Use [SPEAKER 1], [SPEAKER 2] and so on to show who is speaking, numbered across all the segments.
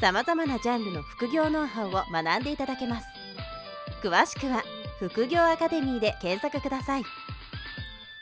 [SPEAKER 1] さまざまなジャンルの副業ノウハウを学んでいただけます詳しくは「副業アカデミー」で検索ください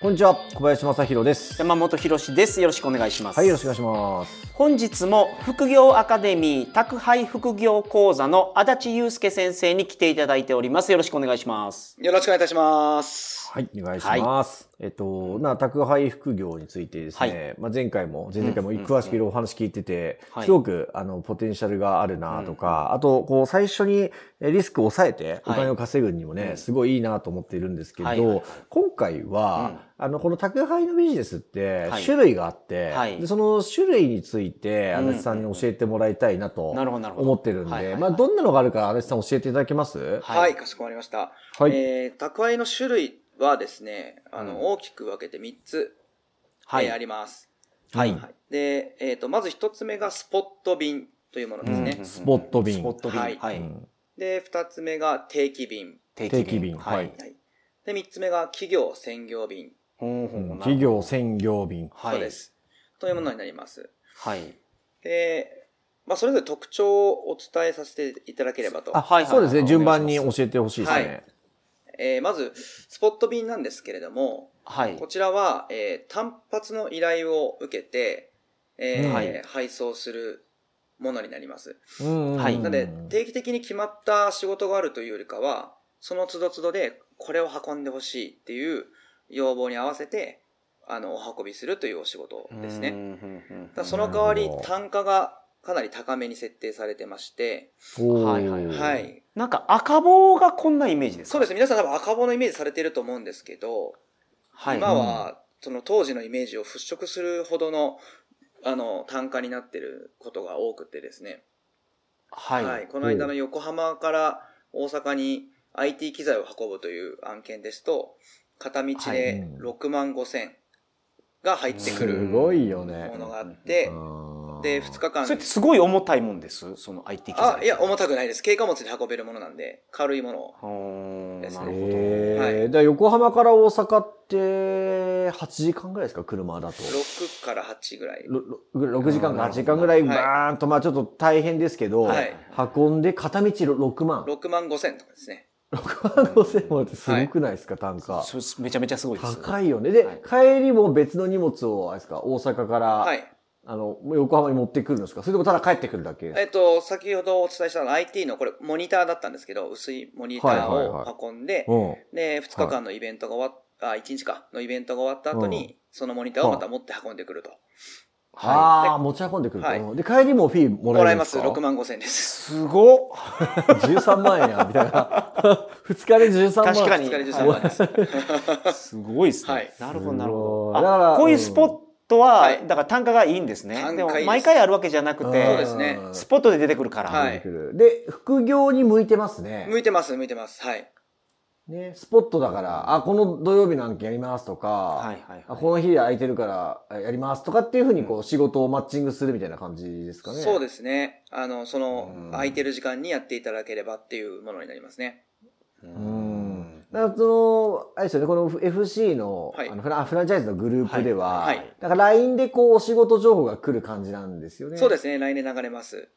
[SPEAKER 2] こんにちは、小林正弘です。
[SPEAKER 3] 山本博史です。よろしくお願いします。
[SPEAKER 2] はい、よろしくお願いします。
[SPEAKER 3] 本日も副業アカデミー宅配副業講座の足立祐介先生に来ていただいております。よろしくお願いします。
[SPEAKER 4] よろしくお願いいたします。
[SPEAKER 2] はい、お願いします。えっと、な、宅配副業についてですね、
[SPEAKER 3] は
[SPEAKER 2] まあ前回も、前々回も
[SPEAKER 3] うんうんうん
[SPEAKER 2] 詳しくいろいろお話聞いてて、
[SPEAKER 3] はい
[SPEAKER 2] すごく、あの、ポテンシャルがあるなとか、あと、こう、最初にえリスクを抑えてお金を稼ぐにもね、
[SPEAKER 3] はい
[SPEAKER 2] すごいいいなと思っているんですけど、
[SPEAKER 3] はいはいはい
[SPEAKER 2] 今回は、あの、この宅配のビジネスって
[SPEAKER 3] はい
[SPEAKER 2] 種類があって、
[SPEAKER 3] はい
[SPEAKER 2] でその種類について、
[SPEAKER 3] う
[SPEAKER 2] 足
[SPEAKER 3] ん
[SPEAKER 2] 立さんに教えてもらいたいなと
[SPEAKER 3] なるほど、なるほど。
[SPEAKER 2] 思ってるんで、
[SPEAKER 3] はいはいはい
[SPEAKER 2] まあ、どんなのがあるか、足立さん教えていただけます
[SPEAKER 3] は
[SPEAKER 4] はいい、かしこまりました。
[SPEAKER 2] はい。
[SPEAKER 4] えー、宅配の種類はですね、あの、
[SPEAKER 3] うん
[SPEAKER 4] 大きく分けて3つ、
[SPEAKER 3] は
[SPEAKER 4] えーあ
[SPEAKER 3] い。
[SPEAKER 4] ります。
[SPEAKER 2] はい
[SPEAKER 4] はい。で、えっ、と、まず1つ目がスポット便というものですね。
[SPEAKER 2] スポット便
[SPEAKER 3] スポット便。
[SPEAKER 4] はい
[SPEAKER 3] は
[SPEAKER 2] う
[SPEAKER 3] い。
[SPEAKER 2] ん
[SPEAKER 4] で、2つ目が定期便。
[SPEAKER 3] 定
[SPEAKER 2] 定期便はい。
[SPEAKER 4] はい。で、3つ目が企業専業便。
[SPEAKER 3] ほうほうなるほど
[SPEAKER 2] 企業専業便。
[SPEAKER 3] はい。
[SPEAKER 4] そうで。す。というものになります。
[SPEAKER 3] はい。
[SPEAKER 4] で、まあ、それぞれ特徴をお伝えさせていただければと。
[SPEAKER 3] あはいはいはい
[SPEAKER 2] そうですね。
[SPEAKER 3] お願いします
[SPEAKER 2] 順番に教えてほしいですね。
[SPEAKER 4] えーまず、スポット便なんですけれども、
[SPEAKER 3] はい
[SPEAKER 4] こ。ちらは、えー単発の依頼を受けて、えー
[SPEAKER 2] うん
[SPEAKER 3] はい
[SPEAKER 4] 配送するものになります。
[SPEAKER 2] うんうん
[SPEAKER 3] はい
[SPEAKER 2] うん
[SPEAKER 4] なので、定期的に決まった仕事があるというよりかは、その都度都度でこれを運んでほしいっていう要望に合わせて、あの、お運びするというお仕事です
[SPEAKER 3] うん
[SPEAKER 4] ね。
[SPEAKER 3] うんうん
[SPEAKER 4] ただその代わ
[SPEAKER 2] な
[SPEAKER 4] り
[SPEAKER 2] るほど
[SPEAKER 4] 単価がかなり高めに設定されてまして、
[SPEAKER 2] おー
[SPEAKER 3] はいはいうん
[SPEAKER 4] は。い。
[SPEAKER 3] なんか赤棒がこんなイメージですか
[SPEAKER 4] そうですね。皆さん多分赤棒のイメージされていると思うんですけど、
[SPEAKER 3] はい。
[SPEAKER 4] 今はその当時のイメージを払拭するほどのあの単価になってることが多くてですね、
[SPEAKER 3] はい。はい。
[SPEAKER 4] この間の横浜から大阪に IT 機材を運ぶという案件ですと片道で6万5千が入ってく
[SPEAKER 2] す
[SPEAKER 4] る
[SPEAKER 2] ごいよね
[SPEAKER 4] も。のがあって、で2日間
[SPEAKER 3] それってすごい重たいもんです。その IT 機材。
[SPEAKER 4] あいや重たくないです軽貨物で運べるものなんで軽いものを
[SPEAKER 3] ほうな
[SPEAKER 4] ですね
[SPEAKER 3] る
[SPEAKER 2] え
[SPEAKER 4] は
[SPEAKER 2] ー
[SPEAKER 4] い
[SPEAKER 2] だから横浜から大阪って8時間ぐらいですか車だと。
[SPEAKER 4] 6から8ぐらい
[SPEAKER 2] ろろ6時間か
[SPEAKER 3] あー
[SPEAKER 2] 8時間ぐらい
[SPEAKER 4] なるほど
[SPEAKER 2] バーンと、まあちょっと大変ですけど、
[SPEAKER 4] はい
[SPEAKER 2] 運んで片道6万。
[SPEAKER 4] 6万5千とかですね
[SPEAKER 2] 6万5千も ってすごくないですか、単価。
[SPEAKER 3] ほど。それめちゃめちゃすごいです。
[SPEAKER 2] 高いよね。で、
[SPEAKER 3] はい
[SPEAKER 2] 帰りも別の荷物を、あれですか、大阪から、
[SPEAKER 4] はい
[SPEAKER 2] あの、横浜に持ってくるんですかそれともただ帰ってくるだけですか
[SPEAKER 4] えっと、先ほどお伝えしたの IT のこれモニターだったんですけど、薄いモニター
[SPEAKER 2] はいはいは
[SPEAKER 4] を運んで、
[SPEAKER 2] うん。
[SPEAKER 4] で、2日間のイベントが終わっ、あ、1日かのイベントが終わった後に、
[SPEAKER 2] う
[SPEAKER 4] そのモニターをまた持って運んでくると。
[SPEAKER 3] は
[SPEAKER 2] ああ、
[SPEAKER 4] で
[SPEAKER 2] 持ち運んでくると、
[SPEAKER 4] はい
[SPEAKER 2] うんで、帰りもフィーも
[SPEAKER 4] も
[SPEAKER 2] ら
[SPEAKER 4] ら
[SPEAKER 2] え
[SPEAKER 4] え
[SPEAKER 2] ま
[SPEAKER 4] ますす。
[SPEAKER 2] か
[SPEAKER 4] 6万5千で
[SPEAKER 3] い。
[SPEAKER 4] す。
[SPEAKER 3] すごっ
[SPEAKER 2] 13万円や、みたいな。2日 で13万円。
[SPEAKER 3] 確かに
[SPEAKER 4] 疲れ13万です。
[SPEAKER 3] すごいですね。
[SPEAKER 4] はい
[SPEAKER 3] なるほど、なる
[SPEAKER 2] す
[SPEAKER 3] ほ
[SPEAKER 2] ごい
[SPEAKER 3] ど。
[SPEAKER 2] だか
[SPEAKER 3] あ
[SPEAKER 2] ら
[SPEAKER 3] こういうスポットは、
[SPEAKER 4] はい
[SPEAKER 3] だから単価がいいんですね。
[SPEAKER 4] 単
[SPEAKER 3] で
[SPEAKER 4] 価いい
[SPEAKER 3] も
[SPEAKER 4] です、
[SPEAKER 3] 毎回あるわけじゃなく
[SPEAKER 2] うん
[SPEAKER 4] そうで
[SPEAKER 3] て、
[SPEAKER 4] すね
[SPEAKER 3] スポットで出てくるから。
[SPEAKER 4] は
[SPEAKER 2] 出
[SPEAKER 4] い
[SPEAKER 2] てくるで、副業に向いてますね。
[SPEAKER 4] 向いてます、向いてます。はい。
[SPEAKER 2] ね、スポットだから、あ、この土曜日なんかやりますとか、
[SPEAKER 3] はい、はい、
[SPEAKER 2] あ
[SPEAKER 3] はい。
[SPEAKER 2] この日空いてるからあやりますとかっていうふうにこう仕事をマッチングするみたいな感じですかね。
[SPEAKER 4] そう
[SPEAKER 2] で
[SPEAKER 4] ですね。あの、その
[SPEAKER 3] うん、
[SPEAKER 4] 空いてる時間にやっていただければっていうものになりますね。
[SPEAKER 3] う
[SPEAKER 2] うん。だからその、あれですよね、この FC の,、
[SPEAKER 4] はい
[SPEAKER 2] あのフランフランチャイズのグループでは、
[SPEAKER 4] はいはい
[SPEAKER 2] だから LINE でこうお仕事情報が来る感じなんですよね。。
[SPEAKER 4] そうですすね。来年流れます。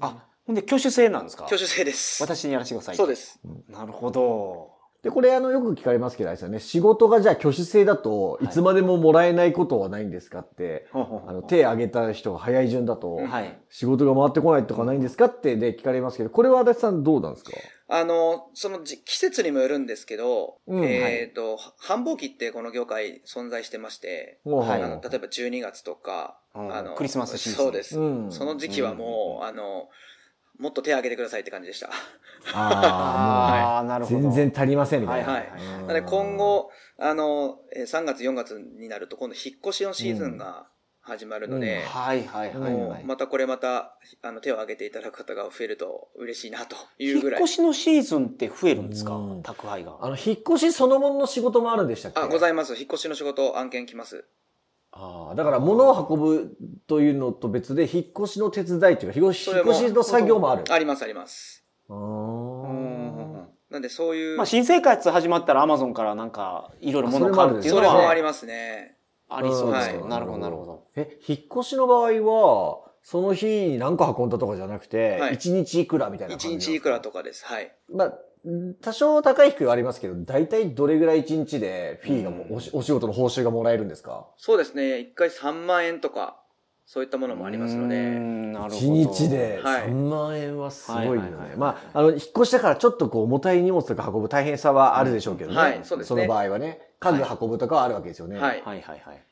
[SPEAKER 3] あ、ほんで、挙手制なんですか
[SPEAKER 4] 挙手制です。
[SPEAKER 3] 私にやらせてください。。
[SPEAKER 4] そうですす。
[SPEAKER 3] なるほど。
[SPEAKER 2] で、これあの、よく聞かれますけど、あれですよね、仕事がじゃあ挙手制だと
[SPEAKER 3] い
[SPEAKER 2] いつまでももらえないことはないんですかって、
[SPEAKER 3] ほうほうほう
[SPEAKER 2] あの、手挙げた人が早い順だと、
[SPEAKER 3] はい。
[SPEAKER 2] 仕事が回ってこないとかないんですかってで聞かれますけど、これは足立さんどうなんですか
[SPEAKER 4] あの、そのじ季節にもよるんですけど、
[SPEAKER 2] うん
[SPEAKER 4] えっ、と、は繁忙期ってこの業界存在してまして、
[SPEAKER 2] もう
[SPEAKER 3] はい
[SPEAKER 4] あの例えば12月とか、
[SPEAKER 3] うん
[SPEAKER 4] あの
[SPEAKER 3] クリスマスシーズン
[SPEAKER 4] そうです、
[SPEAKER 2] うん
[SPEAKER 4] その時期はもう、あの、もっと手を挙げてくださいって感じでした。
[SPEAKER 2] あ
[SPEAKER 3] ああ、な
[SPEAKER 2] あ、もう
[SPEAKER 3] るほど。
[SPEAKER 2] 全然足りませんみたいな。
[SPEAKER 3] はい
[SPEAKER 4] はい
[SPEAKER 3] はい
[SPEAKER 4] なので今後、あの、えー3月4月になると今度引っ越しのシーズンが始まるので、
[SPEAKER 3] はいはいはい
[SPEAKER 4] も
[SPEAKER 3] は
[SPEAKER 4] う
[SPEAKER 3] い。
[SPEAKER 4] またこれまたあの手を挙げていただく方が増えると嬉しいなという
[SPEAKER 3] 引
[SPEAKER 4] ぐ
[SPEAKER 3] っ
[SPEAKER 4] らい
[SPEAKER 3] 越しのシーズンって増えるんですか
[SPEAKER 2] うん
[SPEAKER 3] 宅配が。
[SPEAKER 2] あの、引っ越しそのものの仕事もあるんでしたっけ
[SPEAKER 4] あございます引っ越しの仕事案件来ます
[SPEAKER 2] ああだから物を運ぶというのと別で、引っ越しの手伝いというか、引っ越し
[SPEAKER 4] そ
[SPEAKER 2] 引
[SPEAKER 4] れ
[SPEAKER 2] っ
[SPEAKER 4] も
[SPEAKER 2] 越しの作業もある。
[SPEAKER 4] ありますあります
[SPEAKER 2] あ
[SPEAKER 3] うん
[SPEAKER 2] ー
[SPEAKER 4] なんでそういう、
[SPEAKER 3] まあ、新生活始まったらアマゾンからなんかいろいろ物を買うっていう
[SPEAKER 4] そ
[SPEAKER 3] の
[SPEAKER 4] れもあ
[SPEAKER 3] は
[SPEAKER 4] りますね
[SPEAKER 3] ありそうですけど、
[SPEAKER 2] はい
[SPEAKER 3] なるほどなるほど。
[SPEAKER 2] え、引っ越しの場合は、その日に何個運んだとかじゃなくて、
[SPEAKER 4] はい
[SPEAKER 2] 一1日いくらみたいな感じ
[SPEAKER 4] 1
[SPEAKER 2] なんです
[SPEAKER 4] 日いくらとかですはい
[SPEAKER 2] まあ、うん多少高い低いはありますけど、大体どれぐらい1日でフィーがもうおしお仕事の報酬がもらえるんですか
[SPEAKER 4] そうですね1回3万円とかそういったものもありますの
[SPEAKER 3] う
[SPEAKER 4] で
[SPEAKER 3] んなるほど
[SPEAKER 2] 1日で
[SPEAKER 4] はい
[SPEAKER 2] 3万円はすごいよ
[SPEAKER 3] はいはいはいは
[SPEAKER 2] ね
[SPEAKER 3] い。
[SPEAKER 2] まあ、あの、引っ越しだからちょっとこう、重たい荷物とか運ぶ大変さはあるでしょうけどね。
[SPEAKER 4] はいそうです
[SPEAKER 2] そ
[SPEAKER 4] ね
[SPEAKER 2] の場合はね。家具運ぶとかはあるわけですよね。
[SPEAKER 4] はい
[SPEAKER 3] はいはいはい。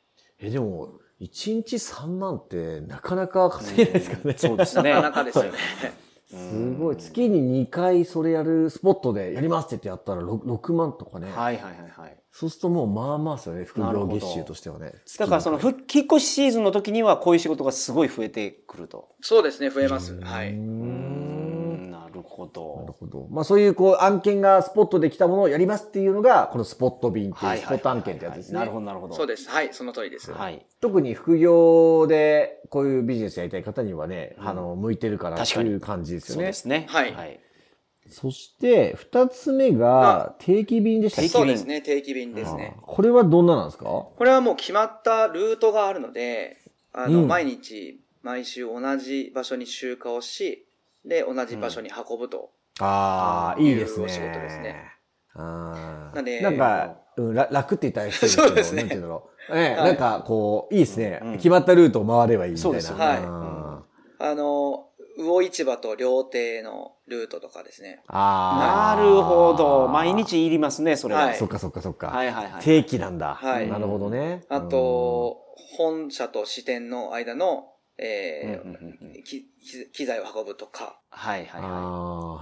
[SPEAKER 2] え、でも、1日3万ってなかなか稼げないですからね。
[SPEAKER 3] そうですね。
[SPEAKER 4] なかなかですよね
[SPEAKER 2] すごい。月に2回それやる、スポットでやりますって言ってやったら 6, 6万とかね。
[SPEAKER 3] はいはいはいはい。
[SPEAKER 2] そうするともうまあまあですよね。副
[SPEAKER 3] なるほ
[SPEAKER 2] 業
[SPEAKER 3] ど
[SPEAKER 2] 月収としてはね。
[SPEAKER 3] だからその、復引っ越しシーズンの時にはこういう仕事がすごい増えてくると。
[SPEAKER 4] そうですね増えますは
[SPEAKER 2] うー
[SPEAKER 4] い
[SPEAKER 2] ん
[SPEAKER 3] なるほ
[SPEAKER 2] なる
[SPEAKER 3] ど。
[SPEAKER 2] ほど。まあそういうこう案件がスポットできたものをやりますっていうのが、このスポット便っていうスポット案件ってやつですね。
[SPEAKER 3] なるほどなるほど。
[SPEAKER 4] そうですはいその通りです、
[SPEAKER 3] はい。
[SPEAKER 2] 特に副業でこういうビジネスやりたい方にはね、
[SPEAKER 3] うん
[SPEAKER 2] あの、向いてるから
[SPEAKER 3] 確
[SPEAKER 2] と
[SPEAKER 3] かに
[SPEAKER 2] いう感じですよ
[SPEAKER 3] そう
[SPEAKER 2] ね
[SPEAKER 3] で。すね。
[SPEAKER 4] はい
[SPEAKER 3] はい。
[SPEAKER 2] そして、二つ目が定期便でしたっけ
[SPEAKER 4] そうですね定期便ですね
[SPEAKER 2] あーこれはどんななんですか
[SPEAKER 4] これはもう決まったルートがあるので、あの、
[SPEAKER 2] うん
[SPEAKER 4] 毎日、毎週同じ場所に集荷をし、で、同じ場所に運ぶと。
[SPEAKER 2] あ
[SPEAKER 4] あ
[SPEAKER 2] あ、
[SPEAKER 4] ー
[SPEAKER 2] いいです
[SPEAKER 4] いいお仕事です
[SPEAKER 2] ね
[SPEAKER 4] ね。
[SPEAKER 2] あー
[SPEAKER 4] なんで
[SPEAKER 2] なんか、うん、ら楽って言ったら失礼ですけど、
[SPEAKER 4] そうですね
[SPEAKER 2] なんて言うんだろう。ええ
[SPEAKER 4] はい
[SPEAKER 2] なんかこう、いいですね、
[SPEAKER 3] うんうん
[SPEAKER 2] 決まったルートを回ればいいみたいな。
[SPEAKER 3] そうですよ
[SPEAKER 4] ねはい
[SPEAKER 2] あ
[SPEAKER 4] あの、魚市場と料亭のルートとかですね。
[SPEAKER 2] あ
[SPEAKER 3] な
[SPEAKER 2] ー。
[SPEAKER 3] るほど。毎日いりますね、それは。
[SPEAKER 4] はい
[SPEAKER 2] そっかそっかそっか。
[SPEAKER 3] はいはいはい。
[SPEAKER 2] 定期なんだ。
[SPEAKER 4] はい
[SPEAKER 2] なるほどね。
[SPEAKER 4] あと、本社と支店の間
[SPEAKER 3] う
[SPEAKER 4] の、
[SPEAKER 3] んう
[SPEAKER 4] え
[SPEAKER 3] んうんうん
[SPEAKER 4] ーきき機材を運ぶとか、
[SPEAKER 3] はい
[SPEAKER 2] うん、
[SPEAKER 3] はい
[SPEAKER 2] あー
[SPEAKER 3] は
[SPEAKER 2] は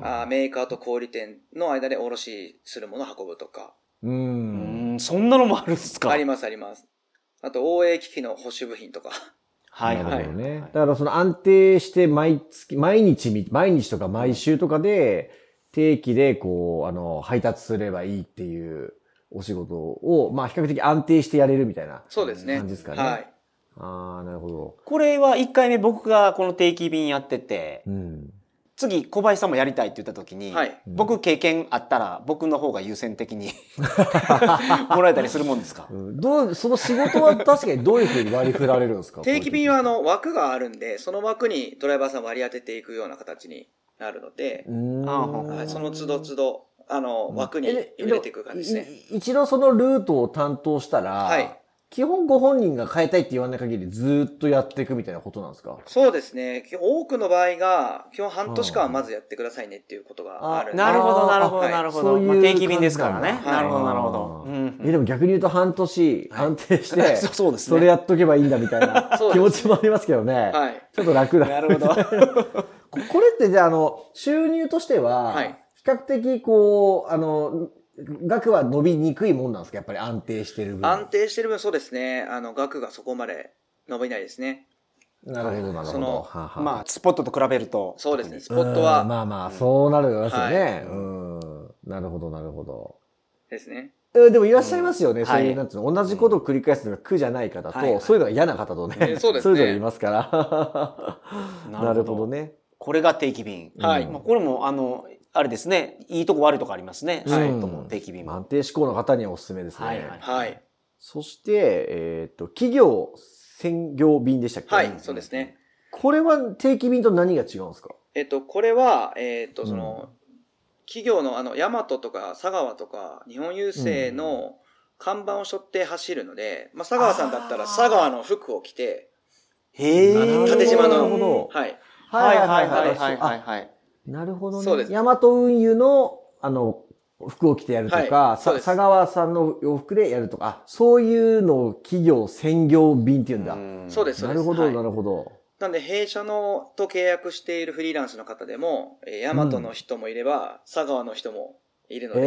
[SPEAKER 2] は
[SPEAKER 4] あーメーカーと小売店の間で卸しするものを運ぶとか、
[SPEAKER 2] う。
[SPEAKER 3] い。うんん、そんなのもあるんですか
[SPEAKER 4] ありますあります。あと、OA 機器の保守部品とか。
[SPEAKER 3] はい
[SPEAKER 2] な
[SPEAKER 3] は
[SPEAKER 2] る
[SPEAKER 3] い
[SPEAKER 2] ほ
[SPEAKER 3] は
[SPEAKER 2] どね。だ
[SPEAKER 3] い。
[SPEAKER 2] からその安定して毎月、毎日み、毎日とか毎週とかで、定期でこう、あの、配達すればいいっていうお仕事を、まあ比較的安定してやれるみたいな
[SPEAKER 4] そうですね。
[SPEAKER 2] 感じですかね。
[SPEAKER 4] はい。
[SPEAKER 2] ああ、なるほど。
[SPEAKER 3] これは1回目僕がこの定期便やってて、
[SPEAKER 2] うん。
[SPEAKER 3] 次小林さんもやりたいって言った時に、
[SPEAKER 4] はい
[SPEAKER 3] 僕経験あったら僕の方が優先的 にもらえたりするもんですか
[SPEAKER 2] うんどう、その仕事は確かにどういうふうに割り振られるんですか
[SPEAKER 4] 定期便はあ、の枠があるんで、その枠にドライバーさん割り当てていくような形になるので
[SPEAKER 2] う、ん。
[SPEAKER 3] あ
[SPEAKER 4] はいその都度都度、あの、枠に
[SPEAKER 2] え
[SPEAKER 4] 入れていく感じですね。
[SPEAKER 2] い一度そのルートを担当したら、
[SPEAKER 4] はい
[SPEAKER 2] 基本ご本人が変えたいって言わない限りずーっとやっていくみたいなことなんですか
[SPEAKER 4] そうですね。多くの場合が、基本半年間はまずやってくださいねっていうことがあるんで。
[SPEAKER 3] なるほど
[SPEAKER 2] あー
[SPEAKER 3] なるほど
[SPEAKER 4] はい
[SPEAKER 3] なるほ
[SPEAKER 2] そ
[SPEAKER 3] ど、
[SPEAKER 2] ういう
[SPEAKER 3] まあ、定期便ですからね、
[SPEAKER 2] 感
[SPEAKER 4] じな
[SPEAKER 3] なん
[SPEAKER 4] だ
[SPEAKER 3] るほどなるほど、
[SPEAKER 2] あー
[SPEAKER 3] うん
[SPEAKER 2] えでも逆に言うと半年
[SPEAKER 3] はい
[SPEAKER 2] 安 定して、
[SPEAKER 3] そ そうですね
[SPEAKER 2] それやっとけばいいんだみたいな
[SPEAKER 4] そう
[SPEAKER 2] 気
[SPEAKER 4] です
[SPEAKER 2] 持ちもありますけどね。
[SPEAKER 4] はい。
[SPEAKER 2] ちょっと楽だ。
[SPEAKER 3] なるほど
[SPEAKER 2] ここれってじゃあ、あの、収入としては、
[SPEAKER 4] はい
[SPEAKER 2] 比較的こう、あの、額は伸びにくいもんなんですかやっぱり安定してる分。
[SPEAKER 4] 安定してる分、そうですね。あの、額がそこまで伸びないですね。
[SPEAKER 2] なるほど、なるほ
[SPEAKER 4] そ
[SPEAKER 2] ど。
[SPEAKER 4] の
[SPEAKER 2] はあはあ
[SPEAKER 3] まあスポットと比べると
[SPEAKER 4] そうですね。ス
[SPEAKER 2] ス
[SPEAKER 4] ポットは
[SPEAKER 2] まあまあ、
[SPEAKER 3] うん
[SPEAKER 2] そうなるますよ
[SPEAKER 4] は
[SPEAKER 2] ね。うん。なるほど、なるほど。
[SPEAKER 4] ですね。
[SPEAKER 2] えでもいらっしゃいますよね。
[SPEAKER 3] うん
[SPEAKER 2] そういう、
[SPEAKER 3] はい
[SPEAKER 2] なんつうの、同じことを繰り返すのが苦じゃない方と、
[SPEAKER 3] はいはい
[SPEAKER 2] そういうのが嫌な方とね、
[SPEAKER 4] えそうですね
[SPEAKER 2] れぞれいます から。な
[SPEAKER 3] な
[SPEAKER 2] る
[SPEAKER 3] るほど
[SPEAKER 2] ほどね。
[SPEAKER 3] これが定期便、
[SPEAKER 4] はい
[SPEAKER 2] うん
[SPEAKER 3] まあ、これもあのあれですねいいとこ悪いとこありますね、
[SPEAKER 2] うん
[SPEAKER 3] スポットも定期便も、
[SPEAKER 2] 安定志向の方にはおすすめですね。
[SPEAKER 3] はいはい
[SPEAKER 4] はい。
[SPEAKER 2] そして、えっ、と、企業専業便でしたっけ
[SPEAKER 4] はい、そうですね。。
[SPEAKER 2] これは定期便と何が違うんですか
[SPEAKER 4] えっと、これは、えっと、その、企業の、あの、ヤマトとか佐川とか、日本郵政の看板を背負って走るので、まあ、佐川さんだったら
[SPEAKER 3] あー
[SPEAKER 4] 佐川の服を着て、
[SPEAKER 3] へ
[SPEAKER 2] なるほ
[SPEAKER 3] え
[SPEAKER 2] ど
[SPEAKER 4] 縦縞
[SPEAKER 2] なるほど
[SPEAKER 4] の、はい、
[SPEAKER 3] はいはいはいはい
[SPEAKER 2] あ
[SPEAKER 3] はいはい
[SPEAKER 2] なるほどね。
[SPEAKER 4] そうです
[SPEAKER 2] ヤマト運輸の、あの、服を着てやるとか、
[SPEAKER 4] はいそ
[SPEAKER 2] さ
[SPEAKER 4] うです
[SPEAKER 2] 佐川さんの洋服でやるとか、あそういうのを企業専業便っていうんだ。
[SPEAKER 3] ん
[SPEAKER 4] そうです、そう
[SPEAKER 2] な
[SPEAKER 4] です。
[SPEAKER 2] るほど、
[SPEAKER 4] はい
[SPEAKER 2] なるほど。
[SPEAKER 4] なんで、弊社のと契約しているフリーランスの方でも、えーヤマトの人もいれば、佐川の人もいるので、
[SPEAKER 2] へ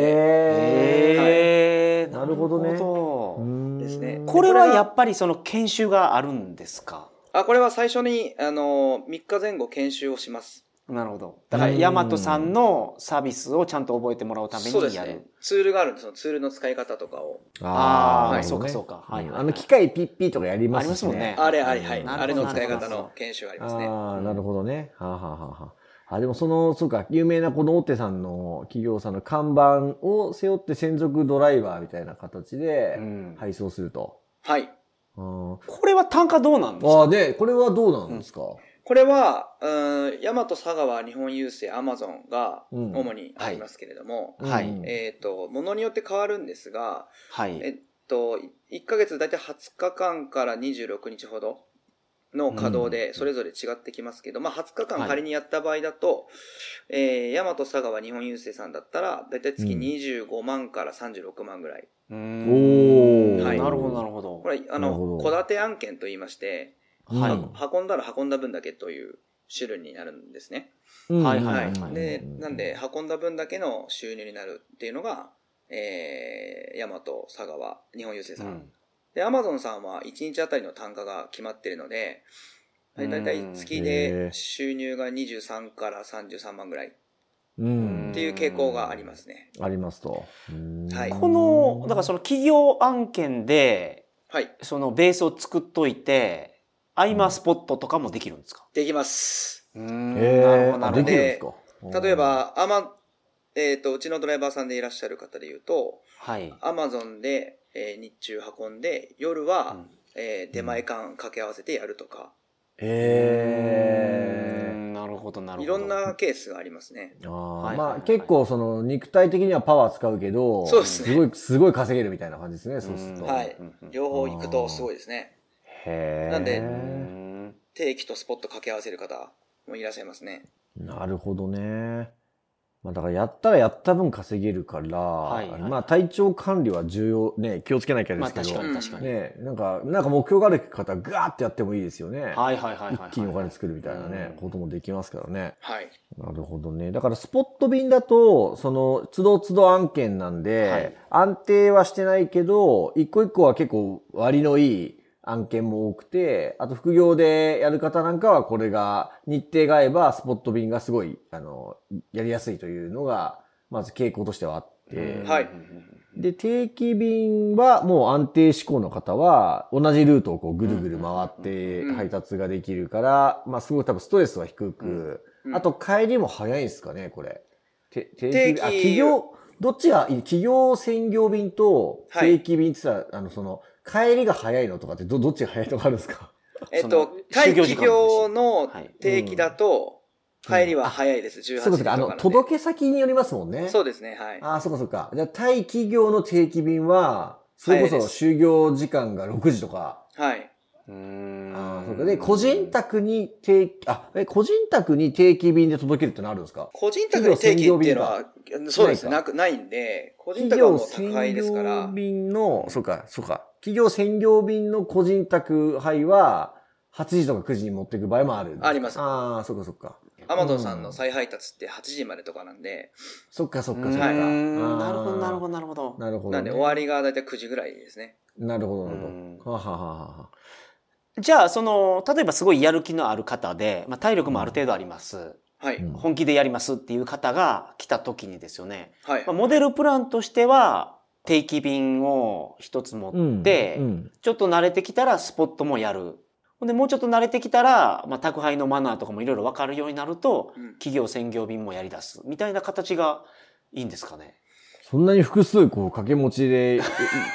[SPEAKER 3] えー
[SPEAKER 2] なるほどね
[SPEAKER 3] なるほど
[SPEAKER 4] ですね
[SPEAKER 3] これはやっぱりその研修があるんですか
[SPEAKER 4] あこれは最初にあの3日前後研修をします。
[SPEAKER 3] なるほど。だから、
[SPEAKER 2] うん
[SPEAKER 3] ヤマトさんのサービスをちゃんと覚えてもらうため
[SPEAKER 4] そうで
[SPEAKER 3] に
[SPEAKER 4] す
[SPEAKER 3] やる。
[SPEAKER 4] ね。ツールがあるんです。そのツールの使い方とかを。
[SPEAKER 3] ああ、
[SPEAKER 2] なる
[SPEAKER 3] そ
[SPEAKER 2] ほ
[SPEAKER 3] う
[SPEAKER 2] どね
[SPEAKER 3] かそうか。はい、
[SPEAKER 2] うん
[SPEAKER 3] はい
[SPEAKER 2] あの機械ピッピーとかやります
[SPEAKER 3] ありますもんね
[SPEAKER 4] あれ、あれ、はい。
[SPEAKER 2] うん
[SPEAKER 4] あれの使い
[SPEAKER 3] な
[SPEAKER 4] 方
[SPEAKER 3] るほど
[SPEAKER 4] の研修がありますね。
[SPEAKER 2] ああ、なるほどね。はあ、はあはあはあ、あでもその、そうか、有名なこの大手さんの企業さんの看板を背負って専属ドライバーみたいな形
[SPEAKER 3] う
[SPEAKER 2] で
[SPEAKER 3] ん
[SPEAKER 2] 配送すると。
[SPEAKER 4] はい。
[SPEAKER 2] うん、あ
[SPEAKER 3] これは単価どうなんですか
[SPEAKER 2] あ、で、これはどうなんですか、
[SPEAKER 4] これは、うん、ヤマト、佐川、日本郵政、アマゾンが
[SPEAKER 2] うん
[SPEAKER 4] 主にありますけれども、
[SPEAKER 3] うんはい
[SPEAKER 2] うん
[SPEAKER 4] えっ、と、ものによって変わるんですが、
[SPEAKER 3] はい。
[SPEAKER 4] えっと、1ヶ月だいたい20日間から26日ほどの稼働
[SPEAKER 2] うん
[SPEAKER 4] でそれぞれ違ってきますけど、まあ20日
[SPEAKER 3] は
[SPEAKER 4] 間
[SPEAKER 3] い
[SPEAKER 4] 仮にやった場合だと、えー、大和佐川日本郵政さんだったら、だいたい月
[SPEAKER 2] うん
[SPEAKER 4] 25万から36万ぐらい。
[SPEAKER 3] お
[SPEAKER 2] おー
[SPEAKER 3] はい、なるほど、なるほど。
[SPEAKER 4] これ、あ
[SPEAKER 2] なるほ
[SPEAKER 4] の、
[SPEAKER 2] ど
[SPEAKER 4] 戸建て案件と言いまして、
[SPEAKER 3] はい
[SPEAKER 2] うん
[SPEAKER 4] 運んだら運んだ分だけという種類になるんですね。
[SPEAKER 2] うん
[SPEAKER 3] はいは
[SPEAKER 4] はいい。で、
[SPEAKER 2] う
[SPEAKER 4] なんで、運んだ分だけの収入になるっていうのが、えー、大和佐川日本郵政
[SPEAKER 3] う
[SPEAKER 4] さん
[SPEAKER 3] ん
[SPEAKER 4] で、アマゾンさんは1日あたりの単価が決まってるので、だいたい月で収入が23から33万ぐらいっ
[SPEAKER 2] うん
[SPEAKER 4] ていう傾向がありますね。
[SPEAKER 2] ありますと。うん
[SPEAKER 4] はい
[SPEAKER 3] この、だからその企業案件で、
[SPEAKER 4] はい、
[SPEAKER 3] そのベースを作っといて、合間スポットとかもできるんですか
[SPEAKER 4] できます。
[SPEAKER 3] うーん
[SPEAKER 2] え
[SPEAKER 3] なるほ
[SPEAKER 2] ー、
[SPEAKER 3] ど、な
[SPEAKER 2] あ
[SPEAKER 3] る
[SPEAKER 2] で
[SPEAKER 3] ほど
[SPEAKER 2] き。るんですか
[SPEAKER 4] 例え、ば、アマ、えっ、と、うちのドライバーさんでいらっしゃる方で言うと、
[SPEAKER 3] はい。
[SPEAKER 4] アマゾンで、えー日中運んで、夜
[SPEAKER 3] う
[SPEAKER 4] は
[SPEAKER 3] ん、
[SPEAKER 4] えー出前館掛け合わせてやるとか、
[SPEAKER 3] うー
[SPEAKER 2] え
[SPEAKER 3] んなるほど、なる
[SPEAKER 4] い
[SPEAKER 3] ほど。
[SPEAKER 4] ろんなケースがありますね。
[SPEAKER 2] ー、あー
[SPEAKER 3] はいはい
[SPEAKER 2] ま
[SPEAKER 3] は
[SPEAKER 2] あ
[SPEAKER 3] い
[SPEAKER 2] 結構その肉体的にはパワー使うけど、
[SPEAKER 4] そうですね
[SPEAKER 2] ごい、すごい稼げるみたいな感じですね、そうすると。
[SPEAKER 4] はい両方行くとすごいですね。
[SPEAKER 2] へー
[SPEAKER 4] なんで
[SPEAKER 3] うーん
[SPEAKER 4] 定期とスポット掛け合わせる方もいらっしゃいますね。
[SPEAKER 2] なるほどね。まあだからやったらやった分稼げるから、
[SPEAKER 3] いはい
[SPEAKER 2] まあ体調管理は重要、ね、気をつけなきゃで
[SPEAKER 3] まあ
[SPEAKER 2] すけ
[SPEAKER 3] 確
[SPEAKER 2] ど、
[SPEAKER 3] かに
[SPEAKER 4] うん
[SPEAKER 3] 確かに。
[SPEAKER 2] ね、なんか、なんか目標がある方はガーってやってもいいですよね。
[SPEAKER 3] はいはいはいはいはい。
[SPEAKER 2] 一気にお金作るみたいなね、
[SPEAKER 3] うん
[SPEAKER 2] こともできますからね。
[SPEAKER 4] はい。
[SPEAKER 2] なるほどね。だからスポット便だと、その、都度都度案件なんで、
[SPEAKER 3] はい
[SPEAKER 2] 安定はしてないけど、一個一個は結構割のいい案件も多くて、あと副業でやる方なんかはこれが、日程が合えばスポット便がすごい、あの、やりやすいというのが、まず傾向としてはあって、
[SPEAKER 3] うん
[SPEAKER 4] はい
[SPEAKER 2] で、定期便はもう安定志向の方は、同じルートをこうぐるぐる回って
[SPEAKER 4] うん
[SPEAKER 2] 配達ができるから、まあすごい多分ストレスは低く、
[SPEAKER 4] うん
[SPEAKER 2] あと帰りも早いんですかね、これ。て定
[SPEAKER 4] 定
[SPEAKER 2] 期
[SPEAKER 4] 期
[SPEAKER 2] あ、企業、どっちがいい企業専業便と
[SPEAKER 4] はい
[SPEAKER 2] 定期便って言ったら、あの、その、帰りが早いのとかってど、どっちが早いとかあるんですか
[SPEAKER 4] えっ
[SPEAKER 3] その
[SPEAKER 4] と、対企業の
[SPEAKER 3] はい
[SPEAKER 4] 定期だと、
[SPEAKER 2] はい
[SPEAKER 4] 帰りは早いです、18時
[SPEAKER 2] そうかそ
[SPEAKER 4] とか
[SPEAKER 2] うか、あ
[SPEAKER 4] な
[SPEAKER 2] の、
[SPEAKER 4] んで
[SPEAKER 2] 届け先によりますもんね。
[SPEAKER 4] そうですね、はい。
[SPEAKER 2] ああ、そうかそうか。じゃあ、対企業の定期便は、それこ
[SPEAKER 4] 早い
[SPEAKER 2] そ
[SPEAKER 4] です
[SPEAKER 2] 就業時間が6時とか。
[SPEAKER 4] はい。
[SPEAKER 3] うん
[SPEAKER 2] ああ、そうか。で、個人宅に定、あ、え、個人宅に定期便で届けるってのあるんですか
[SPEAKER 4] 個人宅の定期っていうのは、そうですね、
[SPEAKER 2] ない
[SPEAKER 4] なく、ないんで、個人宅はもう宅配ですから、
[SPEAKER 2] 便の、そうか、そうか。企業専業便の個人宅配は、8時とか9時に持っていく場合もある。
[SPEAKER 4] あります
[SPEAKER 2] ああ、そうかそうか。
[SPEAKER 4] アマゾンさんの再配達って8時までとかなんで、
[SPEAKER 2] そっかそっかそっ
[SPEAKER 3] う
[SPEAKER 2] か。
[SPEAKER 4] はい
[SPEAKER 3] んなるほど、なるほ
[SPEAKER 2] ど。
[SPEAKER 3] ど、なるほど。
[SPEAKER 2] なるほど、ね。
[SPEAKER 4] なんで終わりがだいたい9時ぐらいですね。
[SPEAKER 2] なるほど、なる
[SPEAKER 3] うん
[SPEAKER 2] ほど。はははは
[SPEAKER 3] じゃあ、その、例えばすごいやる気のある方で、まあ、体力もある程度あります。
[SPEAKER 4] はい。
[SPEAKER 2] うん
[SPEAKER 3] 本気でやりますっていう方が来た時にですよね。
[SPEAKER 4] はい
[SPEAKER 3] まあ、。モデルプランとしては、定期便を一つ持
[SPEAKER 2] う
[SPEAKER 3] っ
[SPEAKER 2] ん。
[SPEAKER 3] て、
[SPEAKER 2] うん
[SPEAKER 3] ちょっと慣れてきたらスポットもやる。ほんで、もうちょっと慣れてきたら、まあ、宅配のマナーとかもいろいろ分かるようになると、
[SPEAKER 4] うん
[SPEAKER 3] 企業専業便もやり出す。みたいな形がいいんですかね。
[SPEAKER 2] そんなに複数こう掛け持ちで、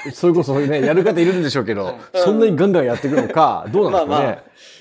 [SPEAKER 2] えそれこそね、や る方いるんでしょうけ
[SPEAKER 3] は
[SPEAKER 2] ど
[SPEAKER 3] い、
[SPEAKER 2] そんなにガンガンやっていくのか、どうなんですかね。
[SPEAKER 4] まあまあ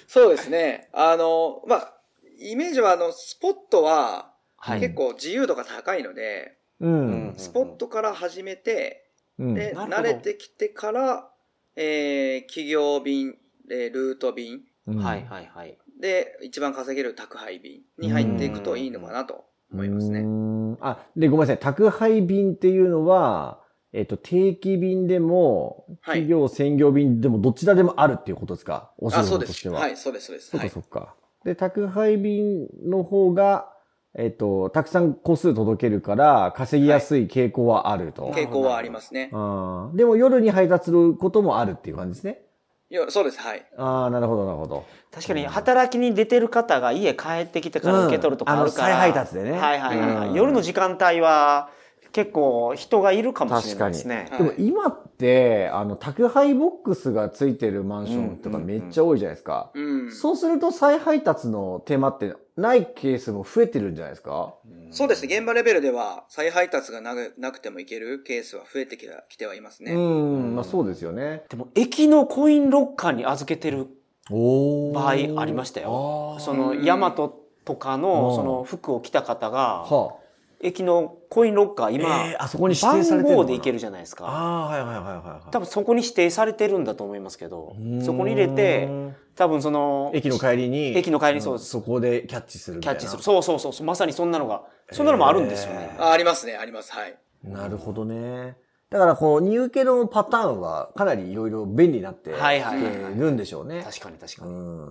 [SPEAKER 4] そうですね。あの、まあ、イメージは、あの、スポットは、
[SPEAKER 3] はい。
[SPEAKER 4] 結構自由度が高いので、
[SPEAKER 2] う
[SPEAKER 3] うん
[SPEAKER 2] ん。
[SPEAKER 4] スポットから始めて、
[SPEAKER 2] うん。
[SPEAKER 4] で、
[SPEAKER 3] なるほど
[SPEAKER 4] 慣れてきてから、えー企業便、えールート便、
[SPEAKER 2] うん
[SPEAKER 3] はいはいはい。
[SPEAKER 4] で、一番稼げる宅配便に入っていくといいのかなと思います
[SPEAKER 2] うー
[SPEAKER 4] ね。
[SPEAKER 2] んあ、で、ごめんなさい。宅配便っていうのは、えっと、定期便でも、
[SPEAKER 4] はい
[SPEAKER 2] 企業専業便でも、どちらでもあるっていうことですかお仕
[SPEAKER 4] あ、そ
[SPEAKER 2] 事
[SPEAKER 4] うで
[SPEAKER 2] とし
[SPEAKER 4] す。
[SPEAKER 2] ては。
[SPEAKER 4] はい、そうです、そうです。
[SPEAKER 2] そっ
[SPEAKER 4] は
[SPEAKER 2] か
[SPEAKER 4] い
[SPEAKER 2] そ。っか。で、宅配便の方が、えっと、たくさん個数届けるから、稼ぎやすい傾向はあると。
[SPEAKER 4] 傾向はありますね。
[SPEAKER 2] あーでも夜に配達することもあるっていう感じですね。
[SPEAKER 4] いやそうです、はい。
[SPEAKER 2] ああ、なるほど、なるほど。
[SPEAKER 3] 確かに働きに出てる方が家帰ってきてから受け取るとかあるから、
[SPEAKER 2] うんあの再配達でね
[SPEAKER 3] はいはいはいはい
[SPEAKER 2] うん
[SPEAKER 3] 夜の時間帯は結構人がいるかもしれないですね
[SPEAKER 4] 確か
[SPEAKER 2] で
[SPEAKER 4] に
[SPEAKER 2] も今って、あの、宅配ボックスがついてるマンションとかめっちゃ多いじゃないですか。
[SPEAKER 4] うん。
[SPEAKER 2] そうすると再配達の手間ってないケースも増えてるんじゃないですか
[SPEAKER 4] そうですね、現場レベルでは再配達がなくなくてもいけるケースは増えてきたきてはいますね。
[SPEAKER 2] うん、まあそうですよね。
[SPEAKER 3] でも駅のコインロッカーに預けてる
[SPEAKER 2] お
[SPEAKER 3] 場合ありました
[SPEAKER 2] よ
[SPEAKER 3] その
[SPEAKER 4] うん
[SPEAKER 3] ヤマトとか
[SPEAKER 2] う
[SPEAKER 3] の
[SPEAKER 2] ん
[SPEAKER 3] その服を着た方が
[SPEAKER 2] は
[SPEAKER 3] 駅のコインロッカー
[SPEAKER 2] あ、
[SPEAKER 3] 今、
[SPEAKER 2] えーあそこに指定さ
[SPEAKER 3] 番
[SPEAKER 2] れてる
[SPEAKER 3] 号でいけ
[SPEAKER 2] る
[SPEAKER 3] るじゃないですか
[SPEAKER 2] ああ、はいはいはいはいはい。
[SPEAKER 3] 多分そこに指定されてるんだと思いますけどそこに入れ
[SPEAKER 2] う
[SPEAKER 3] て
[SPEAKER 2] ーん、
[SPEAKER 3] 多分その
[SPEAKER 2] 駅の帰りに、
[SPEAKER 3] 駅の帰りにそう
[SPEAKER 2] うん
[SPEAKER 3] です
[SPEAKER 2] そこでキャッチするみ
[SPEAKER 3] キ
[SPEAKER 2] た
[SPEAKER 3] ャ
[SPEAKER 2] い
[SPEAKER 3] ッ
[SPEAKER 2] な。
[SPEAKER 3] チするそうそうそうそうまさにそんなのがそんなのもあるんですよね、
[SPEAKER 4] あありますね、あります。はい。
[SPEAKER 2] なるほどね。だから、この荷受けのパターンはかなりいろいろ便利になってき
[SPEAKER 3] はいはいはいはい
[SPEAKER 2] てるんでしょうね。
[SPEAKER 3] 確かに確か
[SPEAKER 2] う
[SPEAKER 3] に、
[SPEAKER 2] ん。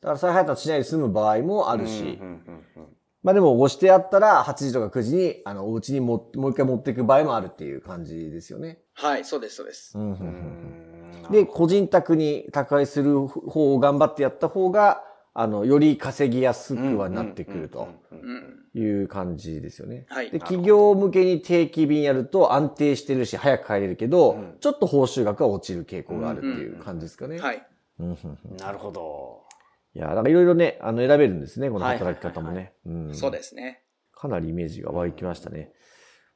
[SPEAKER 2] だから再配達しないで済む場合もあるし、
[SPEAKER 3] うんうんうんうん
[SPEAKER 2] まあでも押してあったら8時とか9時に、あの、お家にも、もう一回持っていく場合もあるっていう感じですよね。
[SPEAKER 4] はい、そうです、そうです。
[SPEAKER 2] うんうんう
[SPEAKER 3] うんん
[SPEAKER 2] うんで、個人宅に宅配する方を頑張ってやった方が、あの、より稼ぎやすくはなってくると
[SPEAKER 3] うんうんうん
[SPEAKER 4] う
[SPEAKER 3] うん
[SPEAKER 4] ん。
[SPEAKER 2] いう感じですよね。
[SPEAKER 4] はい
[SPEAKER 2] で、。企業向けに定期便やると安定してるし、早く帰れるけど、
[SPEAKER 3] うん
[SPEAKER 2] ちょっと報酬額は落ちる傾向があるっていう感じですかね。
[SPEAKER 4] はい。
[SPEAKER 2] うんうんうん
[SPEAKER 3] なるほど
[SPEAKER 2] いや、だからいろいろね、あの、選べるんですね、この働き方もね。ん
[SPEAKER 4] そうですね。
[SPEAKER 2] かなりイメージが湧いてきましたね。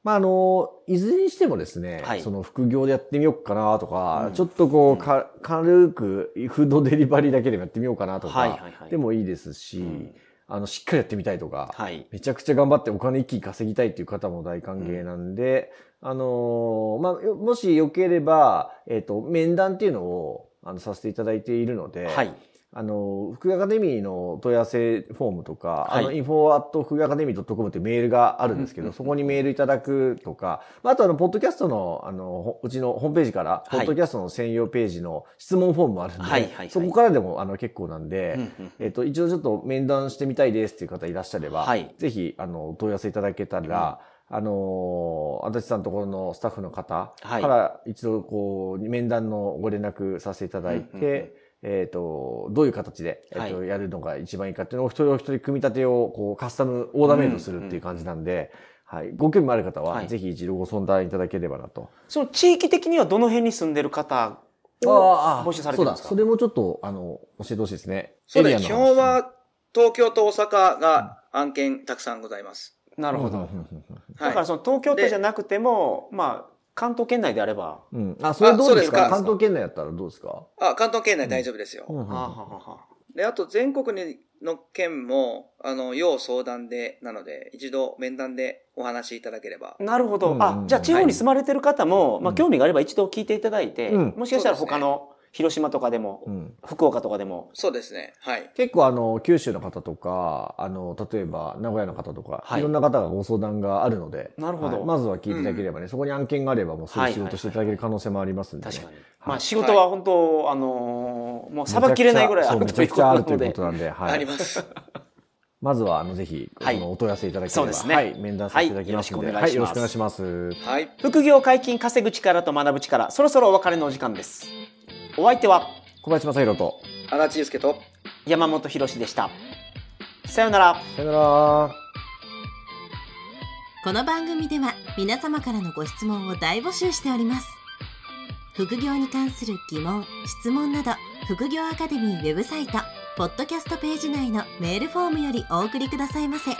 [SPEAKER 2] まあ、あの、いずれにしてもですね、
[SPEAKER 3] はい
[SPEAKER 2] その副業でやってみようかなとか、
[SPEAKER 3] うん
[SPEAKER 2] ちょっとこう、
[SPEAKER 3] うん
[SPEAKER 2] か軽くフードデリバリーだけでもやってみようかなとか、
[SPEAKER 3] はいはいはい
[SPEAKER 2] でもいいですし、
[SPEAKER 3] うん
[SPEAKER 2] あの、しっかりやってみたいとか、
[SPEAKER 3] はい
[SPEAKER 2] めちゃくちゃ頑張ってお金一気に稼ぎたいっていう方も大歓迎なんで、あのーまあ、よもしよければ、えっ、と、面談っていうのを、あの、させていただいているので、
[SPEAKER 3] はい
[SPEAKER 2] あの、福井アカデミーの問い合わせフォームとか、
[SPEAKER 3] はい
[SPEAKER 2] あの、info at 福井アカデミー .com っていうメールがあるんですけど、
[SPEAKER 3] うんうんうん
[SPEAKER 2] そこにメールいただくとか、まあ、あとあの、ポッドキャストの、あの、ほうちのホームページから、
[SPEAKER 3] い
[SPEAKER 2] ポッドキャストの専用ページの質問フォームもあるんで、
[SPEAKER 3] はいはいはい
[SPEAKER 2] そこからでも、あの、結構なんで、
[SPEAKER 3] うんうん
[SPEAKER 2] えっと、一応ちょっと面談してみたいですっていう方いらっしゃれば、
[SPEAKER 3] はい
[SPEAKER 2] ぜひ、あの、お問い合わせいただけたら、あのー、足立さんのところのスタッフの方
[SPEAKER 3] はい
[SPEAKER 2] から一度こう、面談のご連絡させていただいて、
[SPEAKER 3] うんうんうん
[SPEAKER 2] えっ、と、どういう形で、えーと
[SPEAKER 3] は
[SPEAKER 2] やるのが一番いいかっていうのを、お一人お一人組み立てをこうカスタムオーダーメイドするっていう感じなんで、はい、ご興味ある方は、
[SPEAKER 3] はい
[SPEAKER 2] ぜひ一度ご相談いただければなと。
[SPEAKER 3] その地域的にはどの辺に住んでる方
[SPEAKER 2] あ
[SPEAKER 3] を募集されてるんですか
[SPEAKER 2] そうだ、それもちょっと、あの、教えてほしいですね。
[SPEAKER 4] そう
[SPEAKER 2] エ
[SPEAKER 4] で
[SPEAKER 2] リア
[SPEAKER 4] す。基
[SPEAKER 2] の話
[SPEAKER 4] 本、は東京と大阪が案件たくさんございます。
[SPEAKER 3] なるほど、
[SPEAKER 2] うんうんうんうん
[SPEAKER 4] はい
[SPEAKER 3] だからその東京都じゃなくてもまあ関東圏内であれば、
[SPEAKER 2] うん。あ、それどうですか
[SPEAKER 4] あそうですか
[SPEAKER 2] 関東圏内やったらどうですか
[SPEAKER 4] あ、関東圏内大丈夫ですよ。
[SPEAKER 2] うんうん
[SPEAKER 3] はあはあはあはあ
[SPEAKER 4] で、あと全国にの県も、あの、要相談で、なので、一度面談でお話しいただければ。
[SPEAKER 3] なるほど。
[SPEAKER 2] うんうん
[SPEAKER 3] あ
[SPEAKER 2] う、ん
[SPEAKER 3] じゃあ地方に住まれてる方も、
[SPEAKER 2] い
[SPEAKER 3] まあ興味があれば一度聞いていただいて、
[SPEAKER 2] うん
[SPEAKER 3] もしかしたら
[SPEAKER 4] そうです
[SPEAKER 3] 他
[SPEAKER 4] ね
[SPEAKER 3] の広島とかでも、
[SPEAKER 2] うん
[SPEAKER 3] 福岡とかでも、
[SPEAKER 4] そうですね。はい。
[SPEAKER 2] 結構あの、九州の方とか、あの、例えば名古屋の方とか、
[SPEAKER 3] はい
[SPEAKER 2] い、ろんな方がご相談があるので、
[SPEAKER 3] なるほど
[SPEAKER 2] はいまずは聞いていただければね、そこに案件があればもうすぐ仕事していただける可能性もありますんで、ね
[SPEAKER 3] 確かに。
[SPEAKER 2] はい
[SPEAKER 3] まあ仕事は本当、あのーもうさばきれないぐらいある
[SPEAKER 2] めち
[SPEAKER 3] と
[SPEAKER 2] ゃ
[SPEAKER 3] いう
[SPEAKER 2] く
[SPEAKER 3] こと
[SPEAKER 2] ちゃ
[SPEAKER 3] な
[SPEAKER 2] あ
[SPEAKER 3] の
[SPEAKER 2] るという
[SPEAKER 3] で
[SPEAKER 2] こ。となんで、は
[SPEAKER 4] あり
[SPEAKER 2] い。
[SPEAKER 4] ます。
[SPEAKER 2] まずは、あの、ぜひ、
[SPEAKER 3] はい
[SPEAKER 2] そのお問い合わせいただければ、
[SPEAKER 3] そうですね
[SPEAKER 2] はい、面談させていただきますので、
[SPEAKER 3] はいよろしくお
[SPEAKER 2] はいよろ
[SPEAKER 3] 願
[SPEAKER 2] し
[SPEAKER 3] い
[SPEAKER 2] く
[SPEAKER 3] し
[SPEAKER 2] お願いします。
[SPEAKER 4] はい。
[SPEAKER 3] 副業解禁稼ぐ力と学ぶ力、そろそろお別れのお時間です。お相手は
[SPEAKER 2] 小林正宏と、
[SPEAKER 4] 足立祐介と、
[SPEAKER 3] 山本博史でした。さようなら。
[SPEAKER 2] さよなら。
[SPEAKER 1] この番組では皆様からのご質問を大募集しております副業に関する疑問・質問など副業アカデミーウェブサイトポッドキャストページ内のメールフォームよりお送りくださいませ